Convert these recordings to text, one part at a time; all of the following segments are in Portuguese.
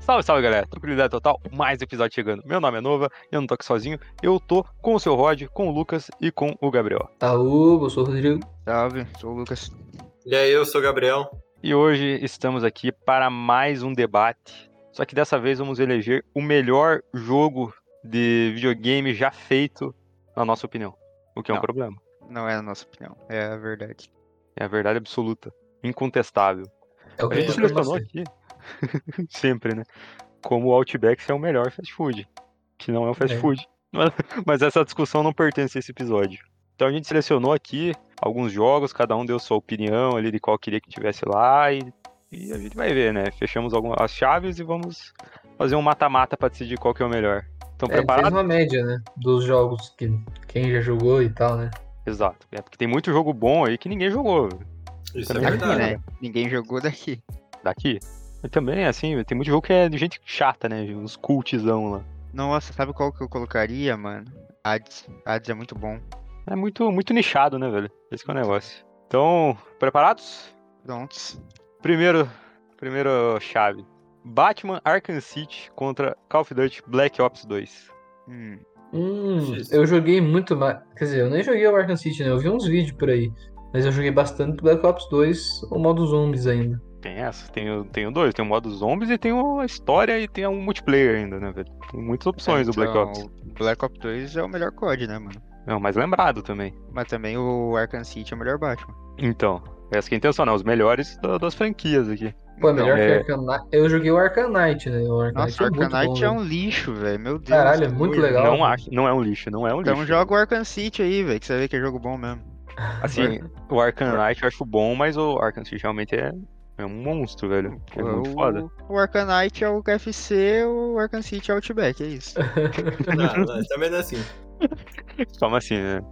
Salve, salve galera, tranquilidade total, mais um episódio chegando. Meu nome é Nova, eu não tô aqui sozinho, eu tô com o seu Rod, com o Lucas e com o Gabriel. Taú, eu sou o Rodrigo. Salve, sou o Lucas. E aí, eu sou o Gabriel. E hoje estamos aqui para mais um debate, só que dessa vez vamos eleger o melhor jogo de videogame já feito, na nossa opinião, o que é um Não. problema. Não é a nossa opinião, é a verdade. É a verdade absoluta, incontestável. É o A que eu gente tô pra selecionou você. aqui, sempre, né? Como o Outback é o melhor fast food, que não é um fast É. food. Mas, mas essa discussão não pertence a esse episódio. Então a gente selecionou aqui alguns jogos, cada um deu sua opinião ali de qual queria que tivesse lá e, e a gente vai ver, né? Fechamos algumas chaves e vamos fazer um mata-mata pra decidir qual que é o melhor. Estão É, fez preparados? uma média, né? Dos jogos que quem já jogou e tal, né? Exato. É porque tem muito jogo bom aí que ninguém jogou. velho. Isso Também é aqui, Aqui, verdade. né? né? Ninguém jogou daqui. Daqui. E também, assim, tem muito jogo que é de gente chata, né? Uns cultizão lá. Nossa, sabe qual que eu colocaria, mano? Hades. Hades é muito bom. É muito, muito nichado, né, velho? Esse que é o negócio. Então, preparados? Prontos. Primeiro, primeiro chave. Batman Arkham City contra Call of Duty Black Ops 2. Hum, Hum, Isso. eu joguei muito mais. Quer dizer, eu nem joguei o Arkham City, né? Eu vi uns vídeos por aí. Mas eu joguei bastante Black Ops 2, o modo zombies ainda. Tem essa, tem, o- tem o dois, tem o modo zombies e tem o- a história e tem um multiplayer ainda, né, velho? Tem muitas opções do Black então, Ops. O Black Ops 2 é o melhor COD, né, mano? É o mais lembrado também. Mas também o Arkham City é o melhor Batman. Então, essa que é a intenção, né? Os melhores da- das franquias aqui. Pô, é Então, melhor é. que Arkham Knight. Eu joguei o Arkham Knight, né? O Arkham Knight Nossa, o é Arkham muito Knight bom, é né? um lixo, velho. Meu Deus. Caralho, é que muito nojo. legal. Não acho, não é um lixo, não é um lixo. Então joga o Arkham City aí, velho, que você vê que é jogo bom mesmo. Assim, o Arkham Knight eu acho bom, mas o Arkham City realmente é, é um monstro, velho. É Pô, muito o- foda. O Arkham Knight é o KFC, o Arkham City é o Outback, é isso. Não, não, também não é assim. Como assim, né?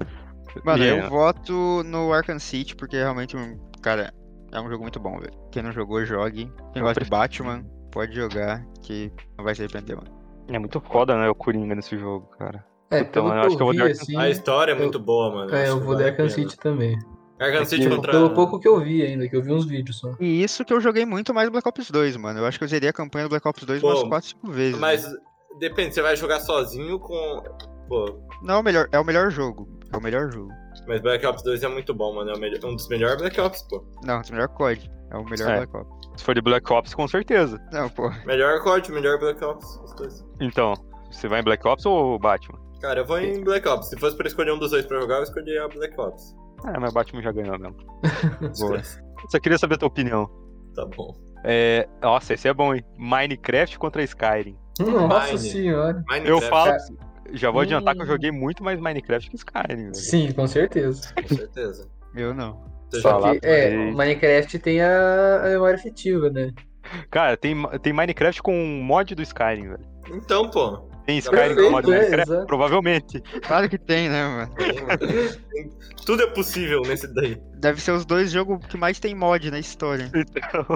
Mano, E, eu voto no Arkham City porque realmente, um- cara, é um jogo muito bom, velho. Quem não jogou, jogue. Eu Quem gosta de prefiro- Batman, pode jogar, que não vai se arrepender, mano. É muito foda, né? O Coringa nesse jogo, cara. É, Então, pelo eu que acho que eu eu vou vi, de Arkham assim. A história é Eu- muito boa, mano. É, acho eu que vou vale de a Arkham pena. City também. Tipo, Arkham City Pelo- contra... Pelo pouco que eu vi ainda, que eu vi uns vídeos só. E isso que eu joguei muito mais Black Ops 2, mano. Eu acho que eu zerei a campanha do Black Ops 2 Pô, umas 4, 5 vezes. Mas né? depende, você vai jogar sozinho com... Pô, Não, é o melhor, é o melhor jogo. É o melhor jogo. mas Black Ops 2 é muito bom, mano. É o melhor- um dos melhores Black Ops, pô. Não, é o melhor COD. É o melhor É. Black Ops. Se for de Black Ops, com certeza. Não, pô. Melhor COD, melhor Black Ops, os dois. Então, você vai em Black Ops ou Batman? Cara, eu vou em Black Ops. Se fosse pra escolher um dos dois pra jogar, eu escolheria a Black Ops. Ah, mas Batman já ganhou mesmo. Desgraça. Só queria saber a tua opinião. Tá bom. É... Nossa, esse é bom, hein? Minecraft contra Skyrim. Nossa Mine. senhora. Eu Minecraft, falo. Já vou adiantar que eu Hum. joguei muito mais Minecraft que Skyrim, velho. Sim, com certeza. Com certeza. Eu não. Você Só já lá Só que, é, também. o Minecraft tem a, a memória afetiva, né? Cara, tem, tem Minecraft com um mod do Skyrim, velho. Então, pô. Tem Skyrim com mod do Perfeito, é, Minecraft? exato. Provavelmente. Claro que tem, né, mano? Tudo é possível nesse daí. Deve ser os dois jogos que mais tem mod na história. hein? Então,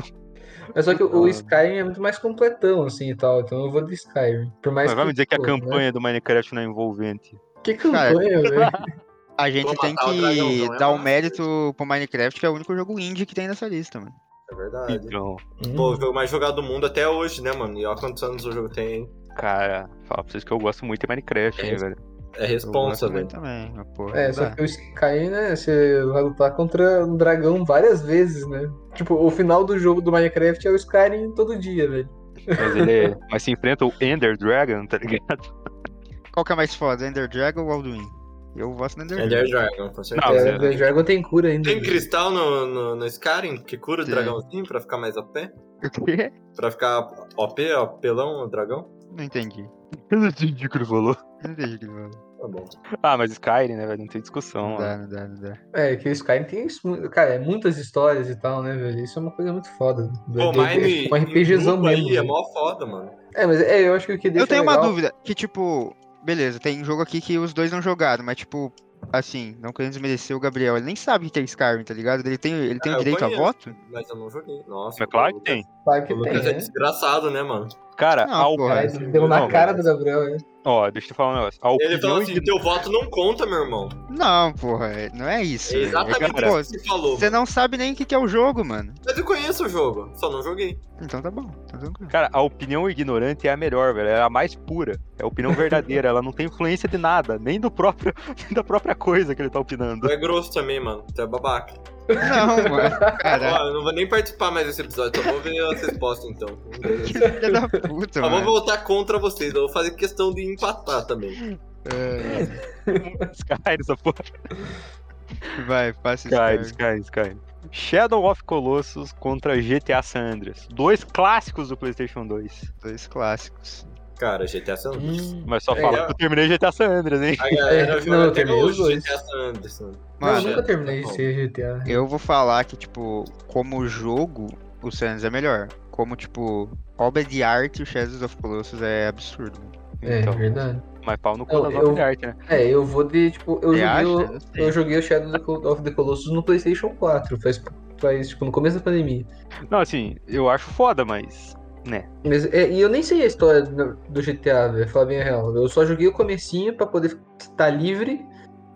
Mas só que o, Ah. o Skyrim é muito mais completão, assim, e tal. Então eu vou de Skyrim. Por mais mas vai me dizer que a pô, campanha do Minecraft não é envolvente. né? Que campanha, velho? A gente Vou tem matar o que dragãozão, é dar o massa, mérito pro Minecraft, que é o único jogo indie que tem nessa lista, mano. É verdade. Então, Pô, o Hum, jogo mais jogado do mundo até hoje, né, mano? E olha quantos anos o jogo tem, hein? cara, fala pra vocês que eu gosto muito de Minecraft, hein, É. velho. É Eu responsa, gosto muito velho. também, mas porra. é, não só dá. que o Skyrim, né? Você vai lutar contra um dragão várias vezes, né? Tipo, o final do jogo do Minecraft é o Skyrim todo dia, velho. Mas ele é, mas se enfrenta o Ender Dragon, tá ligado? Qual que é mais foda, Ender Dragon ou Alduin? Eu voto no Ender Dragon. Ender Dragon, Ah, com Ah, certeza. mas é, é- o Dragon é- tem cura ainda. né? Tem velho. cristal no, no, no Skyrim que cura o Tem. dragãozinho pra ficar mais OP? O quê? Pra ficar OP, ó, pelão, o dragão? Não entendi. Eu não entendi o tipo que ele falou. Não entendi o que ele falou. Tá bom. Ah, mas Skyrim, né, velho? Não tem discussão. Não mano. dá, não dá, não dá. É, que o Skyrim tem, isso, cara, é muitas histórias e tal, né, velho? Isso é uma coisa muito foda. Pô, Mine. um RPGzão em grupo mesmo. aí É velho. mó foda, mano. É, mas é, eu acho que o que deixa Eu tenho uma legal- dúvida, que tipo, beleza, tem jogo aqui que os dois não jogaram, mas tipo, assim, não querendo desmerecer o Gabriel, ele nem sabe que tem Skyrim, tá ligado? Ele tem, ele tem Ah, o eu direito a conheço. voto? Mas eu não joguei. Nossa. Mas é claro o que tem. Um Claro Lucas- que O tem, Lucas é né? desgraçado, né, mano? Cara, Não, ao... porra. Caralho, deu é Não, na cara velho. do Gabriel, né? Ó, deixa eu te falar um negócio. A opinião Ele falou assim: de- teu voto não conta, meu irmão. Não, porra, é- não é isso. É velho. exatamente cara. Pô, o que você falou. Você não sabe nem o que, que é o jogo, mano. Mas eu conheço o jogo, só não joguei. Então tá bom, tá tranquilo. Cara, a opinião ignorante é a melhor, velho. É a mais pura. É a opinião verdadeira. ela não tem influência de nada, nem do próprio, nem da própria coisa que ele tá opinando. Tu é grosso também, mano. Tu é babaca. Não, mano. Cara, Ó, eu não vou nem participar mais desse episódio, só vou ver as respostas então. que filha da puta, Só Ah, vou mano. voltar contra vocês, eu vou fazer questão de empatar também. É, Skyrim, essa porra. vai, passa isso. Skyrim, cara. Skyrim, Skyrim. Shadow of Colossus contra GTA San Andreas. Dois clássicos do PlayStation 2. Dois clássicos. Cara, GTA San Andreas. Mas só É, fala eu- que eu terminei GTA San Andreas, hein? A galera É, joga não, eu até terminei os hoje dois. GTA San Anderson. Mano, Mano, eu nunca terminei tá bom. esse GTA. Eu vou falar que, tipo, como jogo, o Sans é melhor. Como, tipo, obra de arte, o Shadows of Colossus é absurdo. É, Então, verdade. mas pau no cu Não, das eu- obras de arte, né? É, eu vou de, tipo, eu Você joguei, o- acha? Não sei. eu joguei o Shadow of the Colossus no Playstation 4, faz, faz tipo, no começo da pandemia. Não, assim, eu acho foda, mas. Mas, é, e eu nem sei a história do do GTA, velho, falar bem a real. Eu só joguei o comecinho pra poder estar livre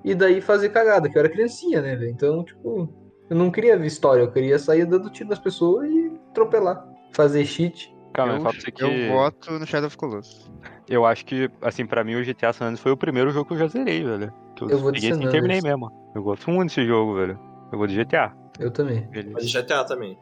e daí fazer cagada, que eu era criancinha, né, velho? Então, tipo, eu não queria ver história, eu queria sair dando tiro nas pessoas e atropelar, fazer cheat. Calma, eu, eu, falo pra você que. eu voto no Shadow of Colossus. Eu acho que, assim, pra mim o GTA San Andreas foi o primeiro jogo que eu já zerei, velho. Que Eu vou de peguei San e terminei mesmo. Eu gosto muito desse jogo, velho. Eu vou de GTA. Eu também. Mas GTA também.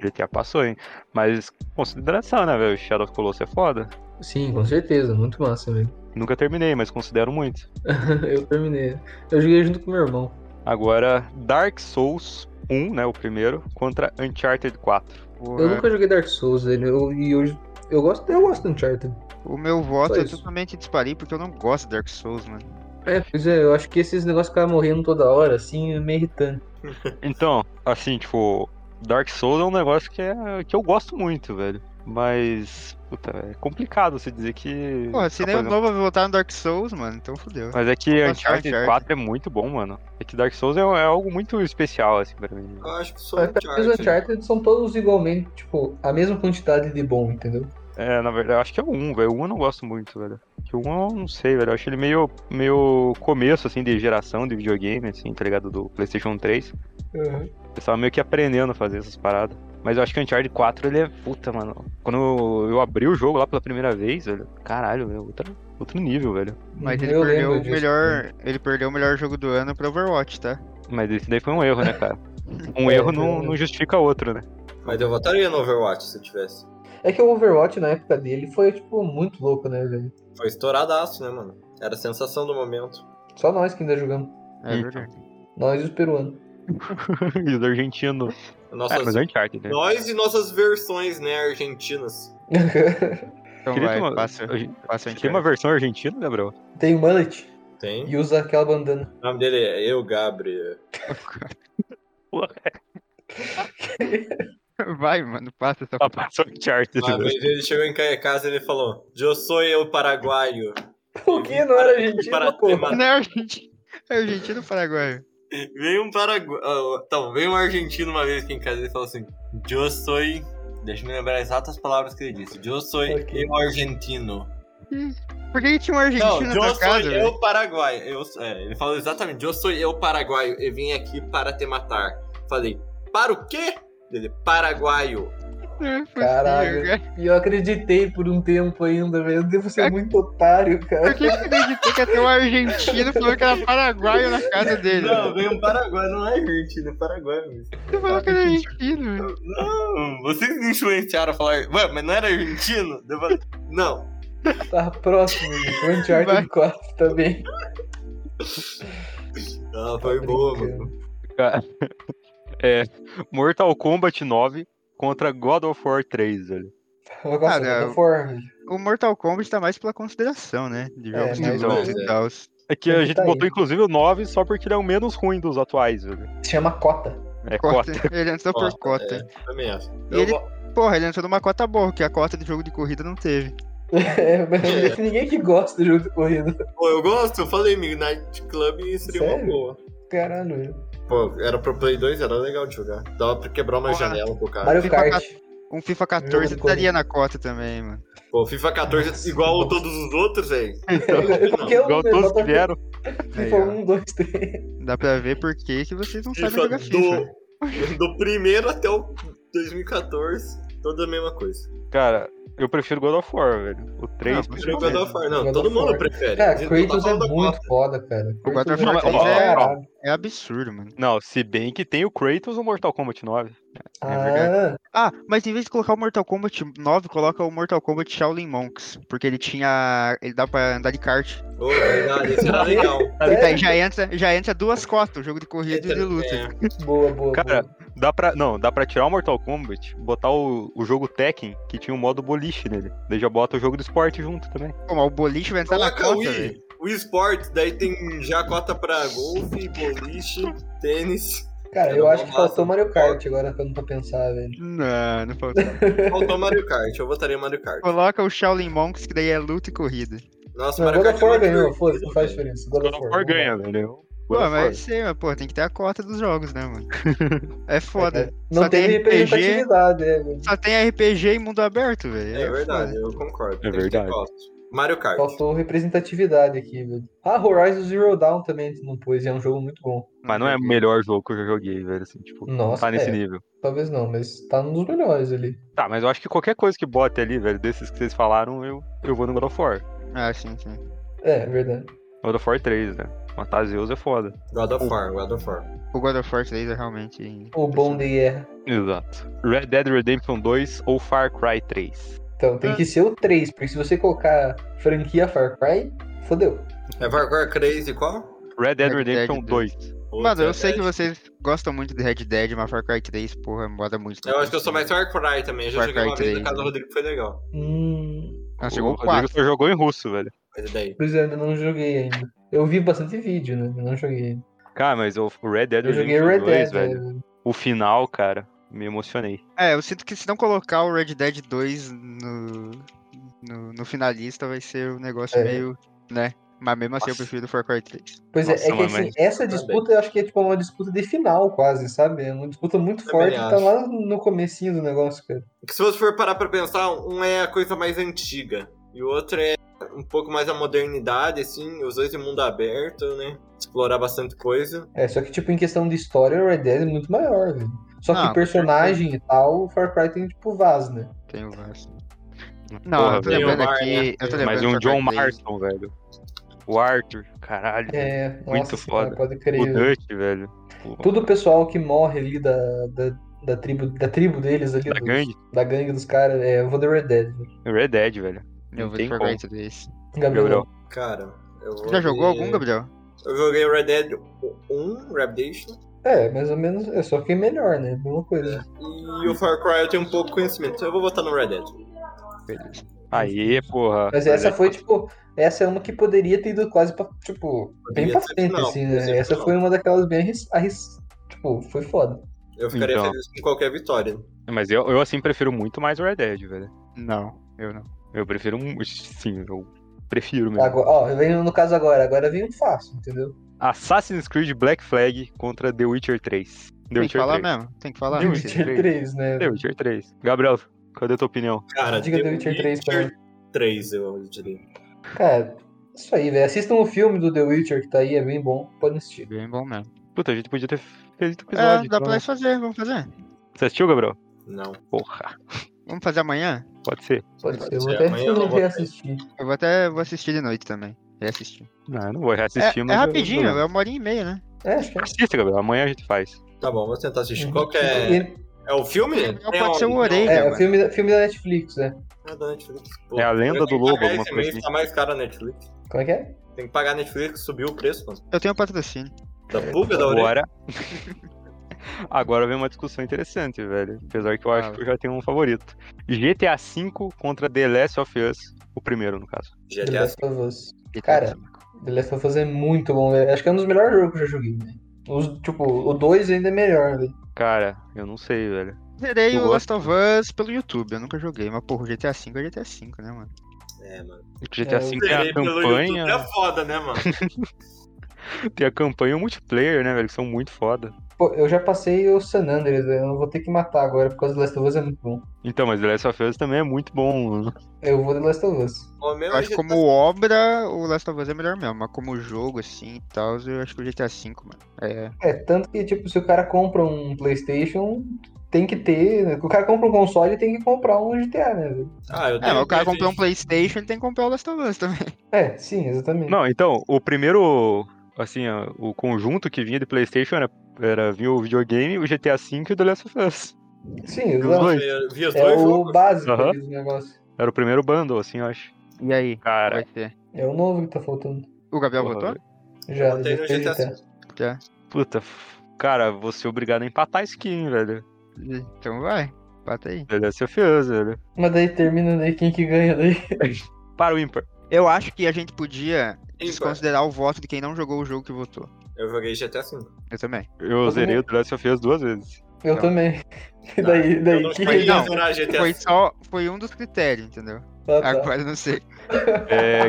GTA passou, hein? Mas consideração, né, velho? Shadow of Colossus é foda. Sim, com certeza, muito massa, velho. Nunca terminei, mas considero muito. eu terminei. Eu joguei junto com meu irmão. Agora, Dark Souls 1, né, o primeiro, contra Uncharted 4. Eu Porra, nunca joguei Dark Souls, velho. Eu, e hoje eu gosto, eu gosto do Uncharted. O meu voto Só é isso. totalmente disparei porque eu não gosto de Dark Souls, mano. É, pois é, eu acho que esses negócios ficar morrendo toda hora, assim, é meio irritante. Então, assim, tipo, Dark Souls é um negócio que, é, que eu gosto muito, velho. Mas, puta, é complicado você dizer que... Porra, se Ah, nem por o é novo vai votar no Dark Souls, mano, então fodeu. Mas é que Nossa, Uncharted Uncharted. 4 é muito bom, mano. É que Dark Souls é, é algo muito especial, assim, pra mim. Eu acho que sou um Mas pra mim, os Uncharted. Uncharted são todos igualmente, tipo, a mesma quantidade de bom, entendeu? É, na verdade, eu acho que é o 1, velho. O 1 eu não gosto muito, velho. Que o 1 eu não sei, velho. Eu acho ele meio, meio começo, assim, de geração de videogame, assim, tá ligado? Do PlayStation 3. Uhum. Eu tava meio que aprendendo a fazer essas paradas. Mas eu acho que o Uncharted 4, ele é. Puta, mano. Quando eu abri o jogo lá pela primeira vez, velho. Caralho, velho. Outro, outro nível, velho. Mas ele eu perdeu lembro o disso. melhor. Ele perdeu o melhor jogo do ano pra Overwatch, tá? Mas esse daí foi um erro, né, cara? Um É, erro não, é. não justifica outro, né? Mas eu votaria no Overwatch se eu tivesse. É que o Overwatch na época dele foi, tipo, muito louco, né, velho? Foi estouradaço, né, mano? Era a sensação do momento. Só nós que ainda jogamos. É Então. verdade. Nós e os peruanos. E do argentino. Nossas... É, mas é Uncharted, né? Nós e nossas versões, né, argentinas. Então Queria vai, ter uma- passa, passa Tem uma versão argentina, né, Gabriel? Tem o Mullet Tem. e usa aquela bandana. O nome dele é Eu, Gabriel. Vai, mano, passa essa Ah, passou Uncharted. Ah, velho. mas ele chegou em ca- casa e ele falou: Eu sou eu paraguaio. O que? Não era argentino, Para- pô? para- Não é argentino. É argentino ou paraguaio? Veio um paraguaio. Então, veio um argentino uma vez aqui em casa e ele falou assim: Eu sou. Deixa eu me lembrar as exatas palavras que ele disse. Eu sou Ok. eu argentino. Por que que tinha um Não, argentino na eu tua sou casa, né? velho? eu paraguaio. Eu- é, ele falou exatamente: Eu sou eu paraguaio e vim aqui para te matar. Falei: Para o quê? Ele: Paraguaio. Não é possível, Caralho. cara. E eu acreditei por um tempo ainda, velho. Eu devo ser muito otário, Por cara. que que eu acreditei que ia ter um argentino falou que era paraguaio na casa dele? Não, veio um paraguaio, não é argentino, é paraguaio mesmo. Você falou que era argentino, velho. Não, vocês me influenciaram a falar, ué, mas não era argentino? Eu falei, não. Tá próximo, gente. O Vai. Uncharted 4 também. Ah, foi boa, mano. É, Mortal Kombat 9 contra God of War 3, velho. Nossa, Cara, God of War, velho. O Mortal Kombat tá mais pela consideração, né? De É, jogos de mais ou luta menos, e é. tal. É que a Ele gente tá aí. botou inclusive o 9 só porque ele é o menos ruim dos atuais, velho. Se chama Cota. É Cota. cota. Ele entrou por Cota, é. cota. Também acho. E Eu ele- vou- Porra, ele entrou numa cota boa, que a cota de jogo de corrida não teve. É, mas não deixa ninguém que gosta do jogo de corrida. Pô, eu gosto, eu falei, Midnight Club seria uma Sério? boa. Caralho, velho. Pô, era pro Play 2, era legal de jogar. Dava pra quebrar uma Porra. janela pro cara. Mario Ah, fica Kart. Um FIFA 14 Jogo de estaria na cota também, mano. O FIFA 14 é igual a todos os outros, velho. Porque eu Igual todos que vieram. FIFA Aí, ó. 1, 2, 3. Dá pra ver por que que vocês não sabem FIFA jogar FIFA. do, do primeiro até o 2014, toda a mesma coisa. Cara, eu prefiro God of War, velho. O 3. Ah, mas Prefiro é- God of War, não, God todo of mundo War. prefere. A Cara, gente não tá Kratos é falando da muito Copa. foda, cara. O God of Kratos War é 3 foda, é- caralho. É absurdo, mano. Não, se bem que tem o Kratos no Mortal Kombat 9. Ah, Ah, mas em vez de colocar o Mortal Kombat 9, coloca o Mortal Kombat Shaolin Monks. Porque ele tinha. Ele dá pra andar de kart. Ô, verdade, isso era legal. E daí sério? já entra, já entra duas cotas, jogo de corrida e de luta. É, Ah, Boa, boa, Cara, boa. dá pra. Não, dá pra tirar o Mortal Kombat, botar o, o jogo Tekken, que tinha o modo boliche nele. Daí já bota o jogo do esporte junto também. Pô, mas o boliche vai entrar na Coloca o cota, velho. Wii, o esporte, daí tem já a cota pra golfe, boliche, tênis. Cara, eu eu não acho que gosto. faltou Mario Kart agora pra não pra pensar, velho. Não, não falta. Faltou Mario Kart, eu votaria Mario Kart. Coloca o Shaolin Monks, que daí é luta e corrida. Nossa, Não, Mario God Kart é of War muito né? ganhou, divertido, foda-se, não faz velho. diferença. God God of War ganha, velho. Pô, é mas sei, mas pô, tem que ter a cota dos jogos, né, mano? É foda. Não Só tem tem RPG. representatividade, é, velho. Só tem RPG e mundo aberto, velho. É verdade, né? foda. eu concordo. É tem que ter verdade. cota. Mario Kart. Faltou representatividade aqui, velho. Ah, Horizon Zero Dawn também não pôs, e é um jogo muito bom. Mas não é o melhor jogo que eu já joguei, velho. Assim, tipo, Nossa, tá nesse é, nível. talvez não, mas tá um dos melhores ali. Tá, mas eu acho que qualquer coisa que bote ali, velho, desses que vocês falaram, eu, eu vou no God of War. Ah, sim, sim. É, verdade. God of War 3, né? Matar Zeus é foda. God of War, God of War. O God of War 3 é realmente. O bom de guerra. Exato. Red Dead Redemption 2 ou Far Cry 3? Então, tem que ser o 3, porque se você colocar franquia Far Cry, fodeu. É Far Cry 3 e qual? é Red Dead Red Dead Redemption 2. Mano, eu Outro, sei que verdade. vocês gostam muito de Red Dead, mas Far Cry 3, porra, moda muito. Eu acho que eu sou mais Far Cry também. Já Far joguei Cry uma vez na 3, casa do né? Rodrigo, foi legal. Hum. Não, o Ah, chegou o Rodrigo 4. só jogou em russo, velho. Mas e daí? Pois é, ainda não joguei ainda. Eu vi bastante vídeo, né? Mas não joguei. Cara, mas o o Red Dead Eu joguei Redemption Red 2, Dead, velho. né? O final, cara, me emocionei. É, eu sinto que se não colocar o Red Dead 2 no, no, no finalista vai ser um negócio É. meio. né? Mas mesmo assim eu Nossa. prefiro o Far Cry 3. Pois é, Nossa, é que mas- assim, essa disputa eu acho que é tipo uma disputa de final, quase, sabe? É uma disputa muito Também forte que tá acho. lá no comecinho do negócio, cara. Que se você for parar pra pensar, um é a coisa mais antiga. E o outro é um pouco mais a modernidade, assim. Os dois em mundo aberto, né? Explorar bastante coisa. É, só que tipo, em questão de história, o Red Dead é muito maior, velho. Só Ah, que personagem e tal, o Far Cry tem tipo Vaz, né? Tem o Vasco. Não, eu tô velho. tem o lembrando Mar, aqui. né? Eu tô Tem- lembrando Mas do um Far John Cry 3. Marston, velho. O Arthur, caralho. É, nossa, senhora, foda. pode o crer. velho. Dutch, velho. O- Todo o pessoal que morre ali da, da, da tribo, da tribo deles ali, Da dos- gangue. da gangue dos caras, é, eu vou The Red Dead. velho. Red Dead, velho. Eu Não vou tem de Far como. Cry 3. Gabriel, Gabriel. Cara, eu vou Já jogou de- algum, Gabriel? Eu joguei Red Dead 1, Redemption. É, mais ou menos, é só que é melhor, né? Mesma É, coisa. E o Far Cry eu tenho um pouco de conhecimento. Então eu vou botar no Red Dead. Beleza. Aê, porra. Mas essa foi, tipo, essa é uma que poderia ter ido quase pra, tipo, bem Poderia pra ser frente, final, assim, poderia né? ser Essa final. foi uma daquelas bem arris... arris- Tipo, foi foda. Eu ficaria Então. feliz com qualquer vitória. Mas eu, eu, assim, prefiro muito mais o Red Dead, velho. Não, eu não. Eu prefiro um. Sim, eu prefiro mesmo. Agora, ó, vem no caso agora, agora vem um fácil, entendeu? Assassin's Creed Black Flag contra The Witcher 3. The Tem que Witcher falar 3. mesmo, tem que falar. The não Witcher. sei. Tier 3, né? The Witcher 3. Gabriel, cadê a tua opinião? Cara, Diga The Witcher 3 pra mim. 3, eu diria. Cara, isso aí, velho. Assistam o filme do The Witcher que tá aí, é bem bom. Podem assistir. é Bem bom mesmo. Puta, a gente podia ter feito o É, episódio. dá então. pra nós fazer, vamos fazer. Você assistiu, Gabriel? Não. Porra, Vamos fazer amanhã? pode ser. Pode Pode ser. Eu vou ser, até amanhã eu não vou- reassistir. Eu vou até vou assistir de noite também. Reassistir. Não, eu não vou reassistir, É, mas. é eu- rapidinho, eu- é uma hora e meia, né? É, acho que é. Assista, Gabriel. Amanhã a gente faz. Tá bom, vou tentar assistir. Uhum. Qual que é? E- É o filme? Não, É um pode ser o não, Orelha. É, é mano. o filme, da- filme da Netflix, né? É da Netflix. Pô, É a lenda eu do tenho que lobo, pagar alguma esse coisa mês, assim. Tá mais caro a Netflix. Como é que é? Tem que pagar a Netflix, subiu o preço, mano. Eu tenho patrocínio. Da pulga da orelha. É, Agora. Agora vem uma discussão interessante, velho. Apesar que eu acho Fala. que eu já tenho um favorito. GTA V contra The Last of Us, o primeiro, no caso. The GTA. Last of Us. Cara, The Last of Us é muito bom, velho. Acho que é um dos melhores jogos que eu já joguei, velho. Os- tipo, o 2 ainda é melhor, velho. Cara, eu não sei, velho. Zerei eu o Last of Us pelo YouTube, eu nunca joguei, mas porra, GTA V é GTA V, né, mano? É, mano. GTA É, V tem Zerei a pelo YouTube, campanha. É foda, né, mano? Tem a campanha e o multiplayer, né, velho? Que são muito foda. Pô, eu já passei o San Andreas, né? eu não vou ter que matar agora por causa do Last of Us é muito bom. Então, mas The Last of Us também é muito bom. né? Eu vou do Last of Us. Ó, meu Eu acho que tá- GTA como obra, o Last of Us é melhor mesmo, mas como jogo, assim, e tal, eu acho que o GTA V, mano, é... É, tanto que, tipo, se o cara compra um PlayStation, tem que ter. né? O cara compra um console, tem que comprar um GTA, né? velho? Ah, eu É, tenho mas o cara comprou um PlayStation. Playstation, ele tem que comprar o Last of Us também. É, sim, exatamente. Não, então, o primeiro. Assim, ó, o conjunto que vinha de PlayStation era, era vinha o videogame, o GTA V e o The Last of Us. Sim, Os exatamente. dois. Eu Vi os É dois o jogos. básico Aham. do negócio. Era o primeiro bundle, assim, eu acho. E aí? Cara, Vai ser. É o novo que tá faltando. O Gabriel porra, votou? Já, Botei no já tem GTA GTA. Tá. Puta, f- cara, vou ser obrigado a empatar a skin, velho. Então vai, bata aí. The Last of Us, velho. Mas daí termina daí quem que ganha daí. Para o ímpar. Eu acho que a gente podia Ímpar. desconsiderar o voto de quem não jogou o jogo que votou. Eu joguei GTA V. Eu também. Eu Todo zerei mundo. o The Last of Us duas vezes. Eu Não. também. E daí, eu daí não quem fui que ganha? ganha? ignorar GTA Foi V. só, foi um dos critérios, entendeu? Ah, tá. Agora eu não sei. É,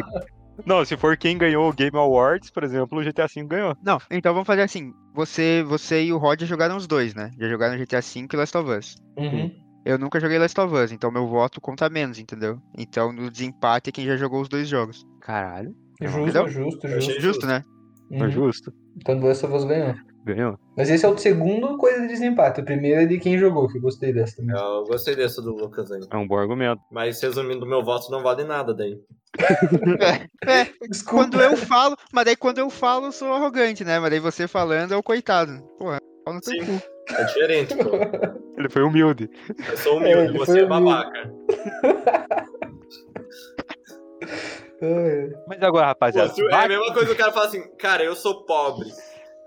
Não, se for quem ganhou o Game Awards, por exemplo, o GTA V ganhou. Não, então vamos fazer assim. Você, você e o Rod já jogaram os dois, né? Já jogaram GTA V e Last of Us. Uhum. Eu nunca joguei Last of Us, então meu voto conta menos, entendeu? Então no desempate é quem já jogou os dois jogos. Caralho. Justo, Entendeu? justo, Eu achei justo. Justo, né? Não é Uhum. justo. Então The Last of Us ganhou. Ganhou. Mas esse é o segundo coisa de desempate. O primeiro é de quem jogou, que eu gostei dessa também. Eu gostei dessa do Lucas aí. É um bom argumento. Mas resumindo, meu voto não vale nada daí. É, Desculpa. quando eu falo, mas daí quando eu falo eu sou arrogante, né? Mas daí você falando é o coitado. Porra, pau no teu Sim. cu. É diferente, pô. Ele foi humilde. Eu sou É, humilde, ele você foi é humilde. babaca. Ai, Mas agora, rapaziada, Pô, é a mesma coisa que o cara fala assim, cara, eu sou pobre.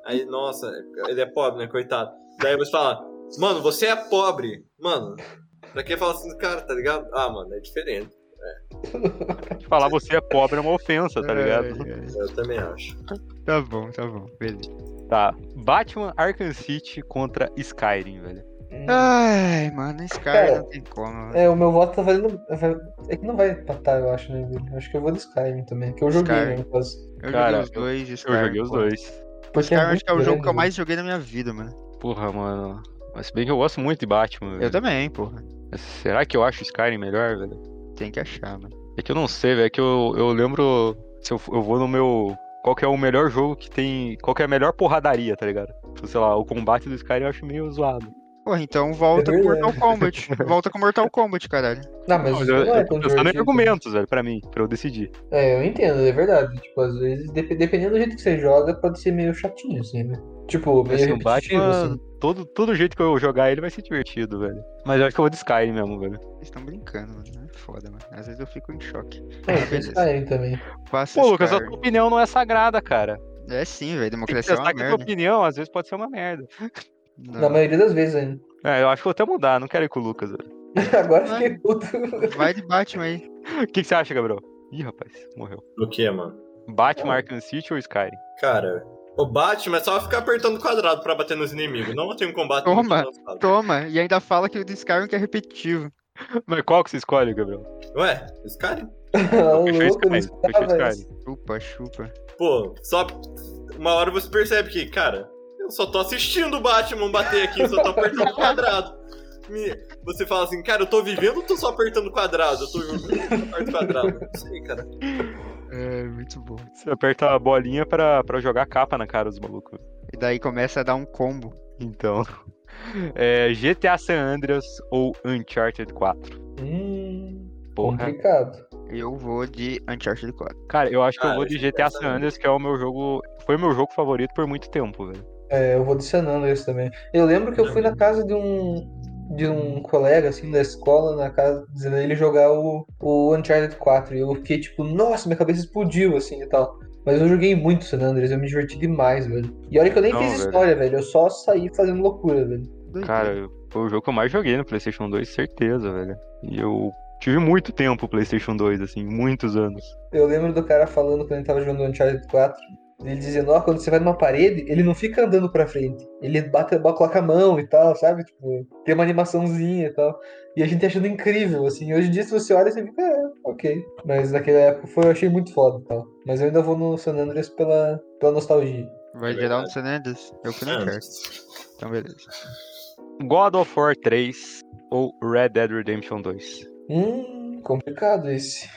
Aí, nossa, ele é pobre, né? Coitado. Daí você fala, mano, você é pobre. Mano, pra quem fala assim, cara, tá ligado? Ah, mano, é diferente. falar você é pobre é uma ofensa, tá ligado? Ai, ai. Eu também acho. Tá bom, tá bom. Beleza. Tá. Batman Arkham City contra Skyrim, velho. É. Ah, Ai, mano, esse cara Cara, não tem como. É, o meu voto tá valendo. É que não vai empatar, eu acho, né, Vini? Acho que eu vou do Skyrim também, que eu joguei, Skyrim. né, no caso. Eu cara, joguei os dois. é Eu joguei os dois. Porque Esse cara acho que é o muito jogo que eu grande, né? mais joguei na minha vida, mano. Porra, mano. Mas se bem que eu gosto muito de Batman, Eu velho. também, porra. Será que eu acho Skyrim melhor, velho? Tem que achar, mano. É que eu não sei, velho. É que eu, eu lembro. Se eu, eu vou no meu. Qual que é o melhor jogo que tem. Qual que é a melhor porradaria, tá ligado? Tipo, Sei lá, o combate do Skyrim eu acho meio zoado. Porra, então volta com verdade. Mortal Kombat. Volta com Mortal Kombat, caralho. velho. Não, mas Não, isso eu, não eu é tô tão pensando em divertido. argumentos, velho, pra mim, pra eu decidir. É, eu entendo, é verdade. Tipo, às vezes, dep- dependendo do jeito que você joga, pode ser meio chatinho, assim, né? Tipo, meio um Assim, o repetitivo, Batman, assim. todo, todo jeito que eu jogar ele vai ser divertido, velho. Mas eu acho que eu vou de Skyrim mesmo, velho. Vocês estão brincando, mano. É foda, mano. Às vezes eu fico em choque. É, Ah, tem beleza. Skyrim também. Passa Pô, Lucas, a Skyrim. tua opinião não é sagrada, cara. É sim, velho. Tem que Democracia é pensar uma que a tua merda. opinião às vezes pode ser uma merda. Na Não. maioria das vezes ainda. É, eu acho que vou até mudar, não quero ir com o Lucas, velho. Agora Ah. fiquei puto. Vai de Batman aí. O que, que você acha, Gabriel? Ih, rapaz, morreu. O que, mano? Batman, Arkham City ou Skyrim? Cara, o Batman é só ficar apertando quadrado pra bater nos inimigos. Não tem um combate Toma. muito avançado. Toma. E ainda fala que o de Skyrim que é repetitivo. Mas qual que você escolhe, Gabriel? Ué, é? esse cara? Ah, Eu fechei louco, eu não Skyrim, fechei esperava Skyrim. isso. Chupa, chupa. Pô, só uma hora você percebe que, cara, eu só tô assistindo o Batman bater aqui, só tô apertando o quadrado. Me- Você fala assim, cara, eu tô vivendo ou tô só apertando o quadrado? Eu tô vivendo ou apertando o quadrado? Não sei, cara. É, muito bom. Você aperta a bolinha pra, pra jogar capa na cara dos malucos. E daí começa a dar um combo. Então. é, GTA San Andreas ou Uncharted 4? Hum, Porra. complicado. Eu vou de Uncharted 4. Cara, eu acho que eu Cara, vou de GTA GTA San San Andreas, que é o meu jogo. Foi o meu jogo favorito por muito tempo, velho. É, eu vou de San Andreas também. Eu lembro que eu Uhum. fui na casa de um de um colega assim da escola, na casa dizendo ele jogar o, o Uncharted 4. E eu fiquei tipo, nossa, minha cabeça explodiu assim e tal. Mas eu joguei muito San Andreas, eu me diverti demais, velho. E olha que eu nem Não, fiz velho. história, velho. Eu só saí fazendo loucura, velho. Doideira. Cara, foi o jogo que eu mais joguei no PlayStation 2, certeza, velho. E eu tive muito tempo o PlayStation 2, assim, muitos anos. Eu lembro do cara falando quando ele tava jogando Uncharted 4. Ele dizendo, ó, quando você vai numa parede, ele não fica andando pra frente. Ele bate, bate- coloca a mão e tal, sabe? Tipo, tem uma animaçãozinha e tal. E a gente achando incrível, assim. Hoje em dia, se você olha, você fica, é, ok. Mas naquela época foi, eu achei muito foda e tal. Mas eu ainda vou no San Andreas pela, pela nostalgia. Vai É gerar um verdade. San Andreas? Eu fui na certo. Então, beleza. God of War 3 ou Red Dead Redemption 2? Hum, complicado esse.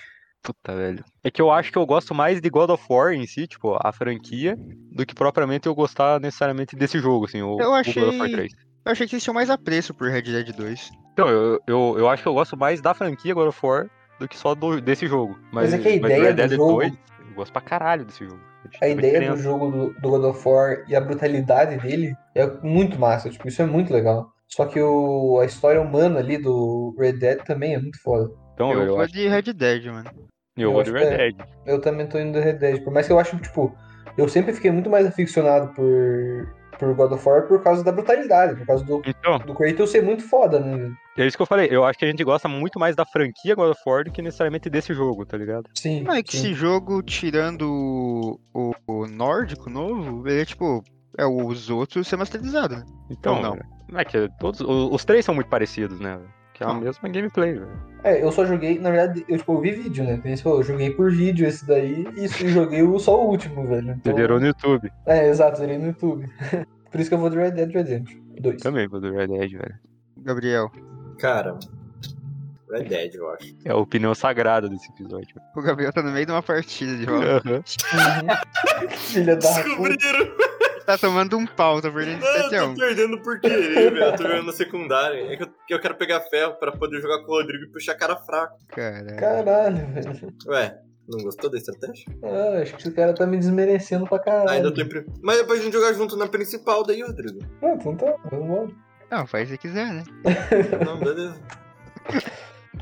Puta, velho. É que eu acho que eu gosto mais de God of War em si, tipo, a franquia, do que propriamente eu gostar necessariamente desse jogo, assim, o, Eu o achei- God of War 3. Eu achei que eles tinham mais apreço por Red Dead 2. Então, eu, eu, eu acho que eu gosto mais da franquia God of War do que só do- desse jogo. Mas, Mas é que a ideia Red do Dead jogo- 2, eu gosto pra caralho desse jogo. A É ideia do diferente. jogo do, do God of War e a brutalidade dele é muito massa, tipo, isso é muito legal. Só que o, a história humana ali do Red Dead também é muito foda. Então, eu eu, vou acho, de Red Dead, mano. eu vou de eu Red acho é. Dead. Eu também tô indo do Red Dead, por mais que eu acho, tipo, eu sempre fiquei muito mais aficionado por, por God of War por causa da brutalidade, por causa do, Então, do Kratos ser muito foda, né? velho? é isso que eu falei. Eu acho que a gente gosta muito mais da franquia God of War do que necessariamente desse jogo, tá ligado? Sim. Não, é que sim. esse jogo, tirando o, o nórdico novo, ele é tipo. É os outros remasterizado, né? Então, Ou não? não é que todos, o- os três são muito parecidos, né? velho? Que é a Não. mesma gameplay, velho. É, eu só joguei, na verdade, eu, tipo, eu vi vídeo, né? Como você falou, Eu joguei por vídeo esse daí e isso- e joguei o- só o último, velho. Você Então- gerou no YouTube. É, exato, zerei no YouTube. por isso que eu vou do Red Dead Redemption 2. Também vou do Red Dead, velho. Gabriel. Cara. Red Dead, eu acho. É a opinião sagrada desse episódio. O Gabriel tá no meio de uma partida de rola. Aham. Filha da puta. Descobriram! tá tomando um pau, tá perdendo de Não, eu tô 7x1. perdendo por querer, velho. Eu tô jogando na secundária. É que eu, que eu quero pegar ferro pra poder jogar com o Rodrigo e puxar cara fraco. Caralho. Caralho, velho. Ué, não gostou da estratégia? Ah, acho que esse cara tá me desmerecendo pra caralho. Ainda tô em prim... Mas depois a gente jogar junto na principal daí, Rodrigo. Ah, então tá, vamos lá. Não, faz se quiser, né? Não, beleza.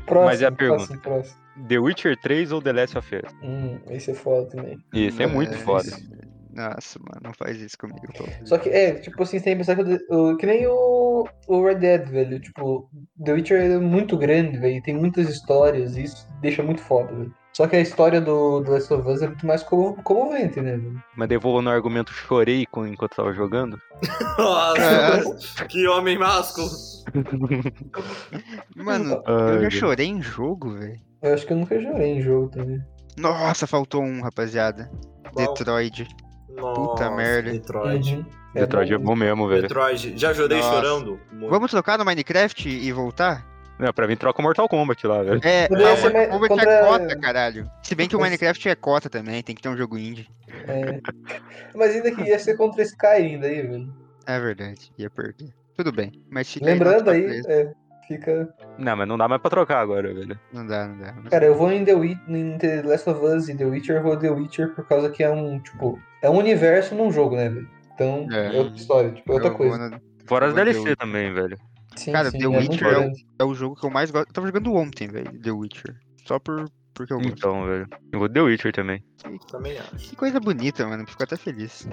Próximo, Mas e a próximo, próximo. The Witcher 3 ou The Last of Us? Hum, esse é foda também. Isso é muito Mas- foda. Nossa, mano, não faz isso comigo. pô. Só que, é, tipo assim, você tem que pensar que, o- o- que nem o, o Red Dead, velho. Tipo, The Witcher é muito grande, velho. Tem muitas histórias e isso deixa muito foda, velho. Só que a história do, do Last of Us é muito mais como- comovente, né, velho? Mas devolvo no argumento chorei com- enquanto tava jogando. É. Nossa, que homem másculo. Mano, Ai, eu já velho. chorei em jogo, velho. Eu acho que eu nunca chorei em jogo também. Nossa, faltou um, rapaziada. Qual? Detroit. Nossa, merda. Detroit. Uhum. É Detroit é bom. bom mesmo, velho. Detroit. Já chorei Nossa. chorando? Muito. Vamos trocar no Minecraft e voltar? Não, pra mim troca o Mortal Kombat lá, velho. É, Poderia ser calma, mais- Kombat é contra- cota, caralho. Se bem que o Mas- Minecraft é cota também, tem que ter um jogo indie. É. Mas ainda que ia ser contra Skyrim daí, velho. É verdade, ia perder. Tudo bem, mas fica Lembrando nosso aí, apreço. é, fica. Não, mas não dá mais pra trocar agora, velho. Não dá, não dá. Cara, eu vou em The, Wit em The Last of Us e The Witcher, eu vou The Witcher por causa que é um, tipo, é um universo num jogo, né, velho? Então, É. é, outra história, tipo, é outra Eu vou coisa. na- Fora as Vou de DLC Witcher. também, velho. Sim, Cara, sim, The é muito Witcher é o- grande. É o jogo que eu mais gosto. Eu tava jogando ontem, velho, The Witcher. Só por... porque eu gosto. Então, velho. Eu vou The Witcher também. Também acho. Que coisa bonita, mano. Fico até feliz.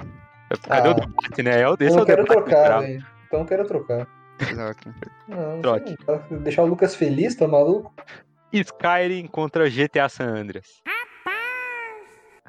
É Cadê Ah. o debate, né? É o Eu desse é não o quero debate. trocar, brabo. velho. Então eu quero trocar. Troca. Não, Troque. sim, pra deixar o Lucas feliz, tá maluco? Skyrim contra GTA San Andreas.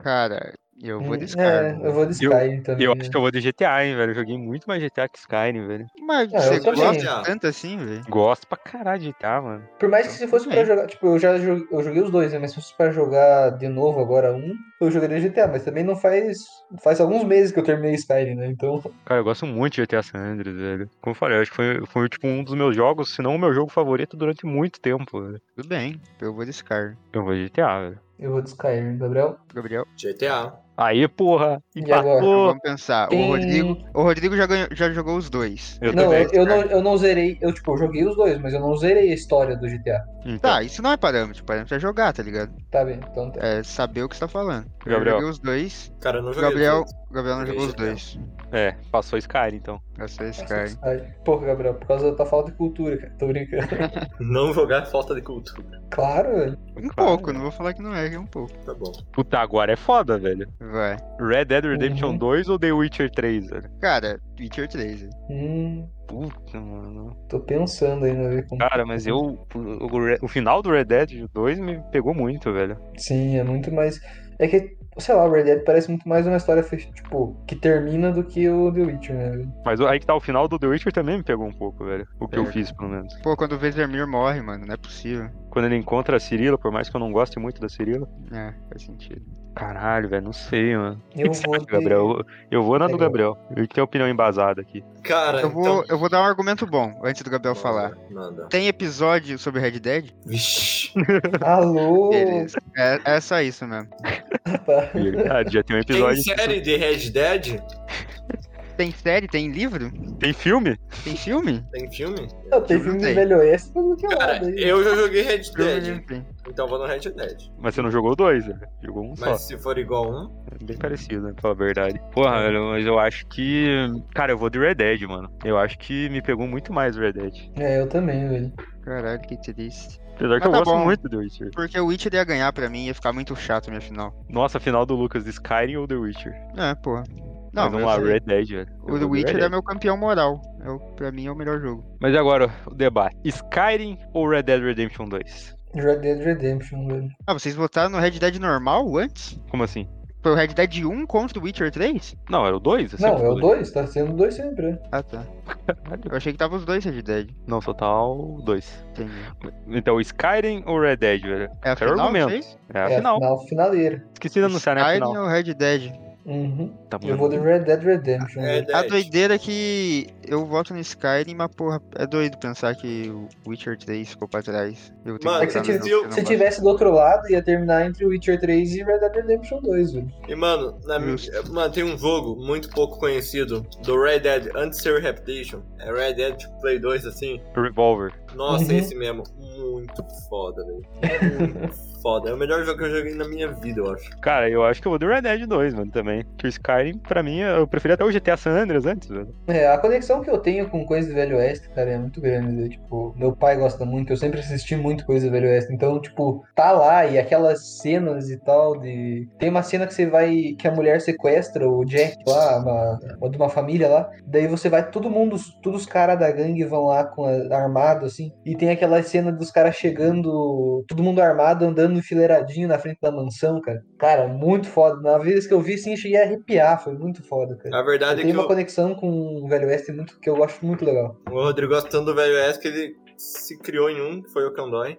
Cara, eu vou Hum, descartar. É, eu vou de Eu- Skyrim também. Eu né? acho que eu vou de GTA, hein, velho. Eu joguei muito mais GTA que Skyrim, velho. Mas Ah, você eu também. gosta tanto assim, velho? Gosto pra caralho de GTA, mano. Por mais que se fosse pra Também. jogar, tipo, eu já joguei, eu joguei os dois, né? Mas se fosse pra jogar de novo agora um, eu jogaria GTA, mas também não faz. Faz alguns meses que eu terminei Skyrim, né? Então. Cara, eu gosto muito de GTA San Andreas, velho. Como eu falei, eu acho que foi, foi tipo um dos meus jogos, se não o meu jogo favorito durante muito tempo, velho. Tudo bem, eu vou descartar. Eu vou de GTA, velho. Eu vou de Skyrim, Gabriel. Gabriel, GTA. Aí, porra! E Empatou! vamos pensar. O Tá Rodrigo, o Rodrigo já, ganhou- já jogou os dois. Eu Não, também. eu, eu não, eu não zerei. Eu, tipo, eu joguei os dois, mas eu não zerei a história do GTA. Então, Tá, isso não é parâmetro. Parâmetro é jogar, tá ligado? Tá bem, então tá. É saber o que você tá falando. Gabriel. Eu joguei os dois. Cara, eu não O joguei. Gabriel, tudo. o Gabriel não Joguei jogou os Gabriel. dois. é, passou Skyrim, então. Essa é Nossa, Sky. Skyrim. Porra, Gabriel, por causa da tua falta de cultura, cara. Tô brincando. Não jogar é falta de cultura. claro, velho. Um Claro. pouco, não vou falar que não é, que é um pouco. Tá bom. Puta, agora é foda, velho. Vai. Red Dead Redemption Uhum. 2 ou The Witcher 3, velho? Cara, Witcher 3. velho. Hum, Puta, mano. tô pensando ainda ver como. Cara, mas eu. O, o Re- o final do Red Dead 2 me pegou muito, velho. Sim, é muito mais. É que sei lá, o Red Dead parece muito mais uma história fech- tipo, que termina do que o The Witcher, né? velho? Mas aí que tá, o final do The Witcher também me pegou um pouco, velho. O que eu É. fiz, pelo menos. Pô, quando o Vesemir morre, mano, não é possível. Quando ele encontra a Cirila, por mais que eu não goste muito da Cirila. É, faz sentido. Caralho, velho, não sei, mano. O que Eu que você vou acha, de- Gabriel? Eu vou na do Legal. Gabriel. Ele tem opinião embasada aqui. É, Cara, Eu vou, então... eu vou dar um argumento bom antes do Gabriel falar. Manda. Tem episódio sobre Red Dead? Vixi. Alô? Beleza. É, é só isso mesmo. Tá. Verdade, já tem um Tem É episódio. série de Red Dead? Tem série? Tem livro? Tem filme? Tem filme? Tem filme? Não, tem filme de Tem. Velho Oeste, tudo que é Cara, lado aí. eu já joguei Red Filme Dead, tem. então vou no Red Dead. Mas você não jogou dois, né? Jogou um só. Mas se for igual um, É Bem parecido, né? Pela verdade. Porra, velho, mas eu acho que. Cara, eu vou de Red Dead, mano. Eu acho que me pegou muito mais o Red Dead. É, eu também, velho. Caralho, que triste. Apesar que Mas eu tá gosto bom. muito do Witcher. Porque o Witcher ia ganhar pra mim, ia ficar muito chato minha final. Nossa, final do Lucas, Skyrim ou The Witcher? É, porra. Não, mas vamos eu lá, sei. Red Dead, velho. Eu o vou de The Witcher Red é Dead. meu campeão moral. É o, pra mim é o melhor jogo. Mas e agora, o debate: Skyrim ou Red Dead Redemption 2? Red Dead Redemption, velho. Ah, vocês votaram no Red Dead normal antes? Como assim? Foi o Red Dead 1 contra o Witcher 3? Não, era o 2? Não, é o 2, tá sendo dois sempre, né? Ah, tá. Eu achei que tava os dois Red Dead. Não, só tá o 2. Entendi. Então, Skyrim ou Red Dead, velho? É a Quero final, argumento. isso É a é final. final finaleira. Esqueci de anunciar, né? A Skyrim final. ou Red Dead? Uhum. Tá Eu vou de Red Dead Redemption. é velho. A Dead. doideira é que eu voto no Skyrim, mas porra, é doido pensar que o Witcher 3 ficou pra trás. Eu tenho Mano, É que se votar no tiv- jogo que eu Se não tivesse do outro lado, ia terminar entre Witcher 3 e Red Dead Redemption 2, velho. E mano, na mi- mano, tem um jogo muito pouco conhecido do Red Dead antes de ser o Reputation. É Red Dead Play 2 assim. Revolver. Nossa, Uhum. esse mesmo. Muito foda, velho. Muito foda. É o melhor jogo que eu joguei na minha vida, eu acho. Cara, eu acho que eu vou do Red Dead 2, mano, também. Que o Skyrim, pra mim, eu preferi até o GTA San Andreas antes, velho. É, a conexão que eu tenho com coisa do Velho Oeste, cara, é muito grande. né? Tipo, meu pai gosta muito, eu sempre assisti muito coisa do Velho Oeste. Então, tipo, tá lá e aquelas cenas e tal de. Tem uma cena que você vai. que a mulher sequestra o Jack lá, uma, uma de uma família lá. Daí você vai, todo mundo, todos os caras da gangue vão lá com a- armado, assim. E tem aquela cena dos caras chegando, todo mundo armado, andando enfileiradinho na frente da mansão, cara. Cara, muito foda. Na vez que eu vi, sim, eu cheguei a arrepiar. Foi muito foda, cara. A verdade é Tem que uma o, conexão com o Velho Oeste muito, que eu acho muito legal. o Rodrigo gosta tanto do Velho Oeste que ele se criou em um, que foi o Candói.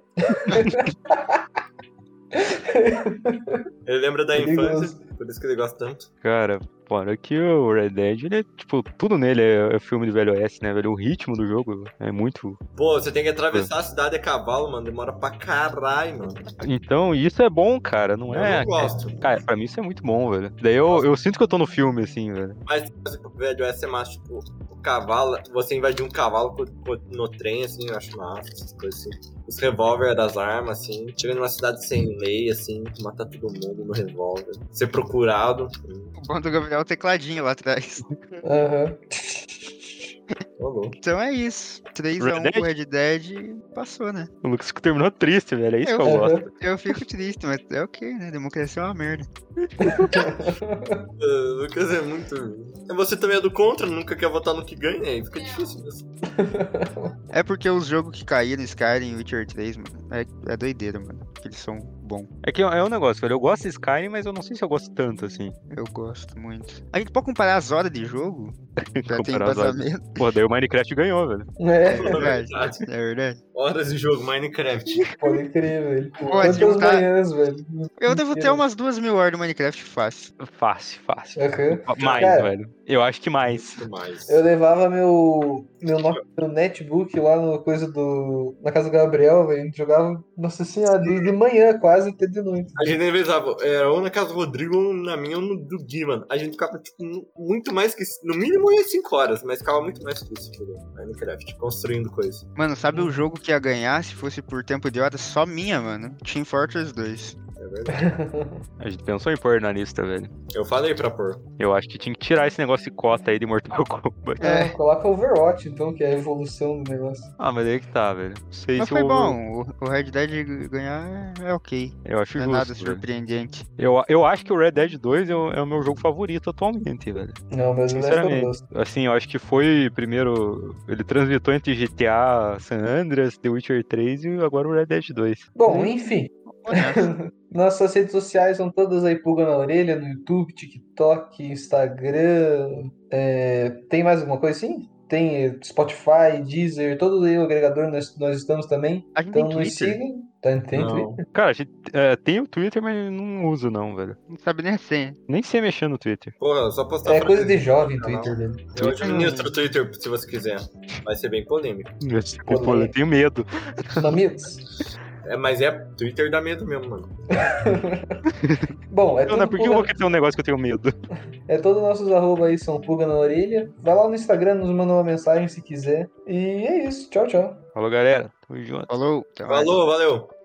ele lembra da infância, Perigoso. por isso que ele gosta tanto. Cara, fora que o Red Dead, ele é, tipo, tudo nele é, é filme do Velho Oeste, né, velho? O ritmo do jogo é muito. Pô, você tem que atravessar a cidade a cavalo, mano. Demora pra caralho, mano. Então, isso é bom, cara, não Eu é? não gosto. Cara, pra mim isso é muito bom, velho. Daí eu, eu sinto que eu tô no filme, assim, velho. Mas, tipo, velho, essa é massa, tipo, o cavalo, você invadir um cavalo co- co- no trem, assim, eu acho massa, essas coisas assim. Os revólver das armas, assim, chega numa cidade sem lei, assim, matar todo mundo no revólver, ser procurado. assim. O bom do Gabriel é o tecladinho lá atrás. Aham. Ô, louco. Então é isso. 3x1 Red Dead? pro Red Dead passou, né? O Lucas terminou triste, velho. É isso que eu Eu- gosto. Eu fico triste, mas é ok, né? Democracia é uma merda. Ah, Lucas é muito. Você também é do contra, nunca quer votar no que ganha, aí fica difícil mesmo. É porque os jogos que caíram, Skyrim e Witcher 3, mano, é, é doideira, mano. que Eles são bons. É que é um negócio, velho. Eu gosto de Skyrim, mas eu não sei se eu gosto tanto, assim. Eu gosto muito. A gente pode comparar as horas de jogo pra ter Comparar as horas. embasamento. Pô, daí o Minecraft ganhou, velho. É É, verdade. É verdade. Horas de jogo, Minecraft. pode crer, velho. Pode Quantas juntar. manhãs, velho. Eu devo ter umas duas mil horas de Minecraft fácil. Fácil, fácil. Aham. Mais, Cara. velho. Eu acho que mais. Muito mais. Eu levava meu, meu, no- meu netbook lá no coisa do. na casa do Gabriel, velho. a gente Jogava, nossa senhora, de, de manhã quase até de noite. A gente nem pensava, era é, ou na casa do Rodrigo, ou na minha, ou no do Gui, mano. A gente ficava, tipo, mu- muito mais que. No mínimo ia 5 horas, mas ficava muito mais que isso, entendeu? Minecraft, construindo coisa. Mano, sabe o jogo que ia ganhar se fosse por tempo de hora? Só minha, mano. Team Fortress 2. É verdade. A gente pensou em pôr na lista, velho. Eu falei pra pôr. Eu acho que tinha que tirar esse negócio de cota aí de Mortal Kombat. É. Então, coloca Overwatch, então, que é a evolução do negócio. Ah, mas aí que tá, velho. Não sei Mas se foi eu... bom. O- O Red Dead ganhar é é ok. Eu acho Não é justo. nada velho. surpreendente. eu, eu acho que o Red Dead 2 é o, é o meu jogo favorito atualmente, velho. Não, mas o resto eu Sinceramente. gosto. Assim, eu acho que foi primeiro. Ele transmitou entre GTA San Andreas, The Witcher 3 e agora o Red Dead 2. Bom, enfim. O honesto. Nossas redes sociais são todas aí pulga na orelha, no YouTube, TikTok, Instagram. é, tem mais alguma coisa assim? Tem eh, Spotify, Deezer, todos aí o agregador nós, nós estamos também. A gente Então tem nos Twitter, sigam. Tá, tem Não. Twitter? Cara, a gente, é, tem o Twitter, mas não uso não, velho. não sabe nem a senha. Nem sei mexer no Twitter. Porra, só postar É frase. coisa de jovem Tá Não, Twitter né? dele. Eu administro o Twitter se você quiser. Vai ser bem polêmico. Pô, pô, eu tenho medo. Amigos. É, mas é Twitter dá medo mesmo, mano. Bom, é Não, né? tudo Por que eu vou pulga... querer ter um negócio que eu tenho medo? é todos nossos arroba aí são pulga na orelha. Vai lá no Instagram, nos manda uma mensagem se quiser. E é isso. Tchau, tchau. Falou, galera. Tamo junto. Falou. até mais. Falou, valeu.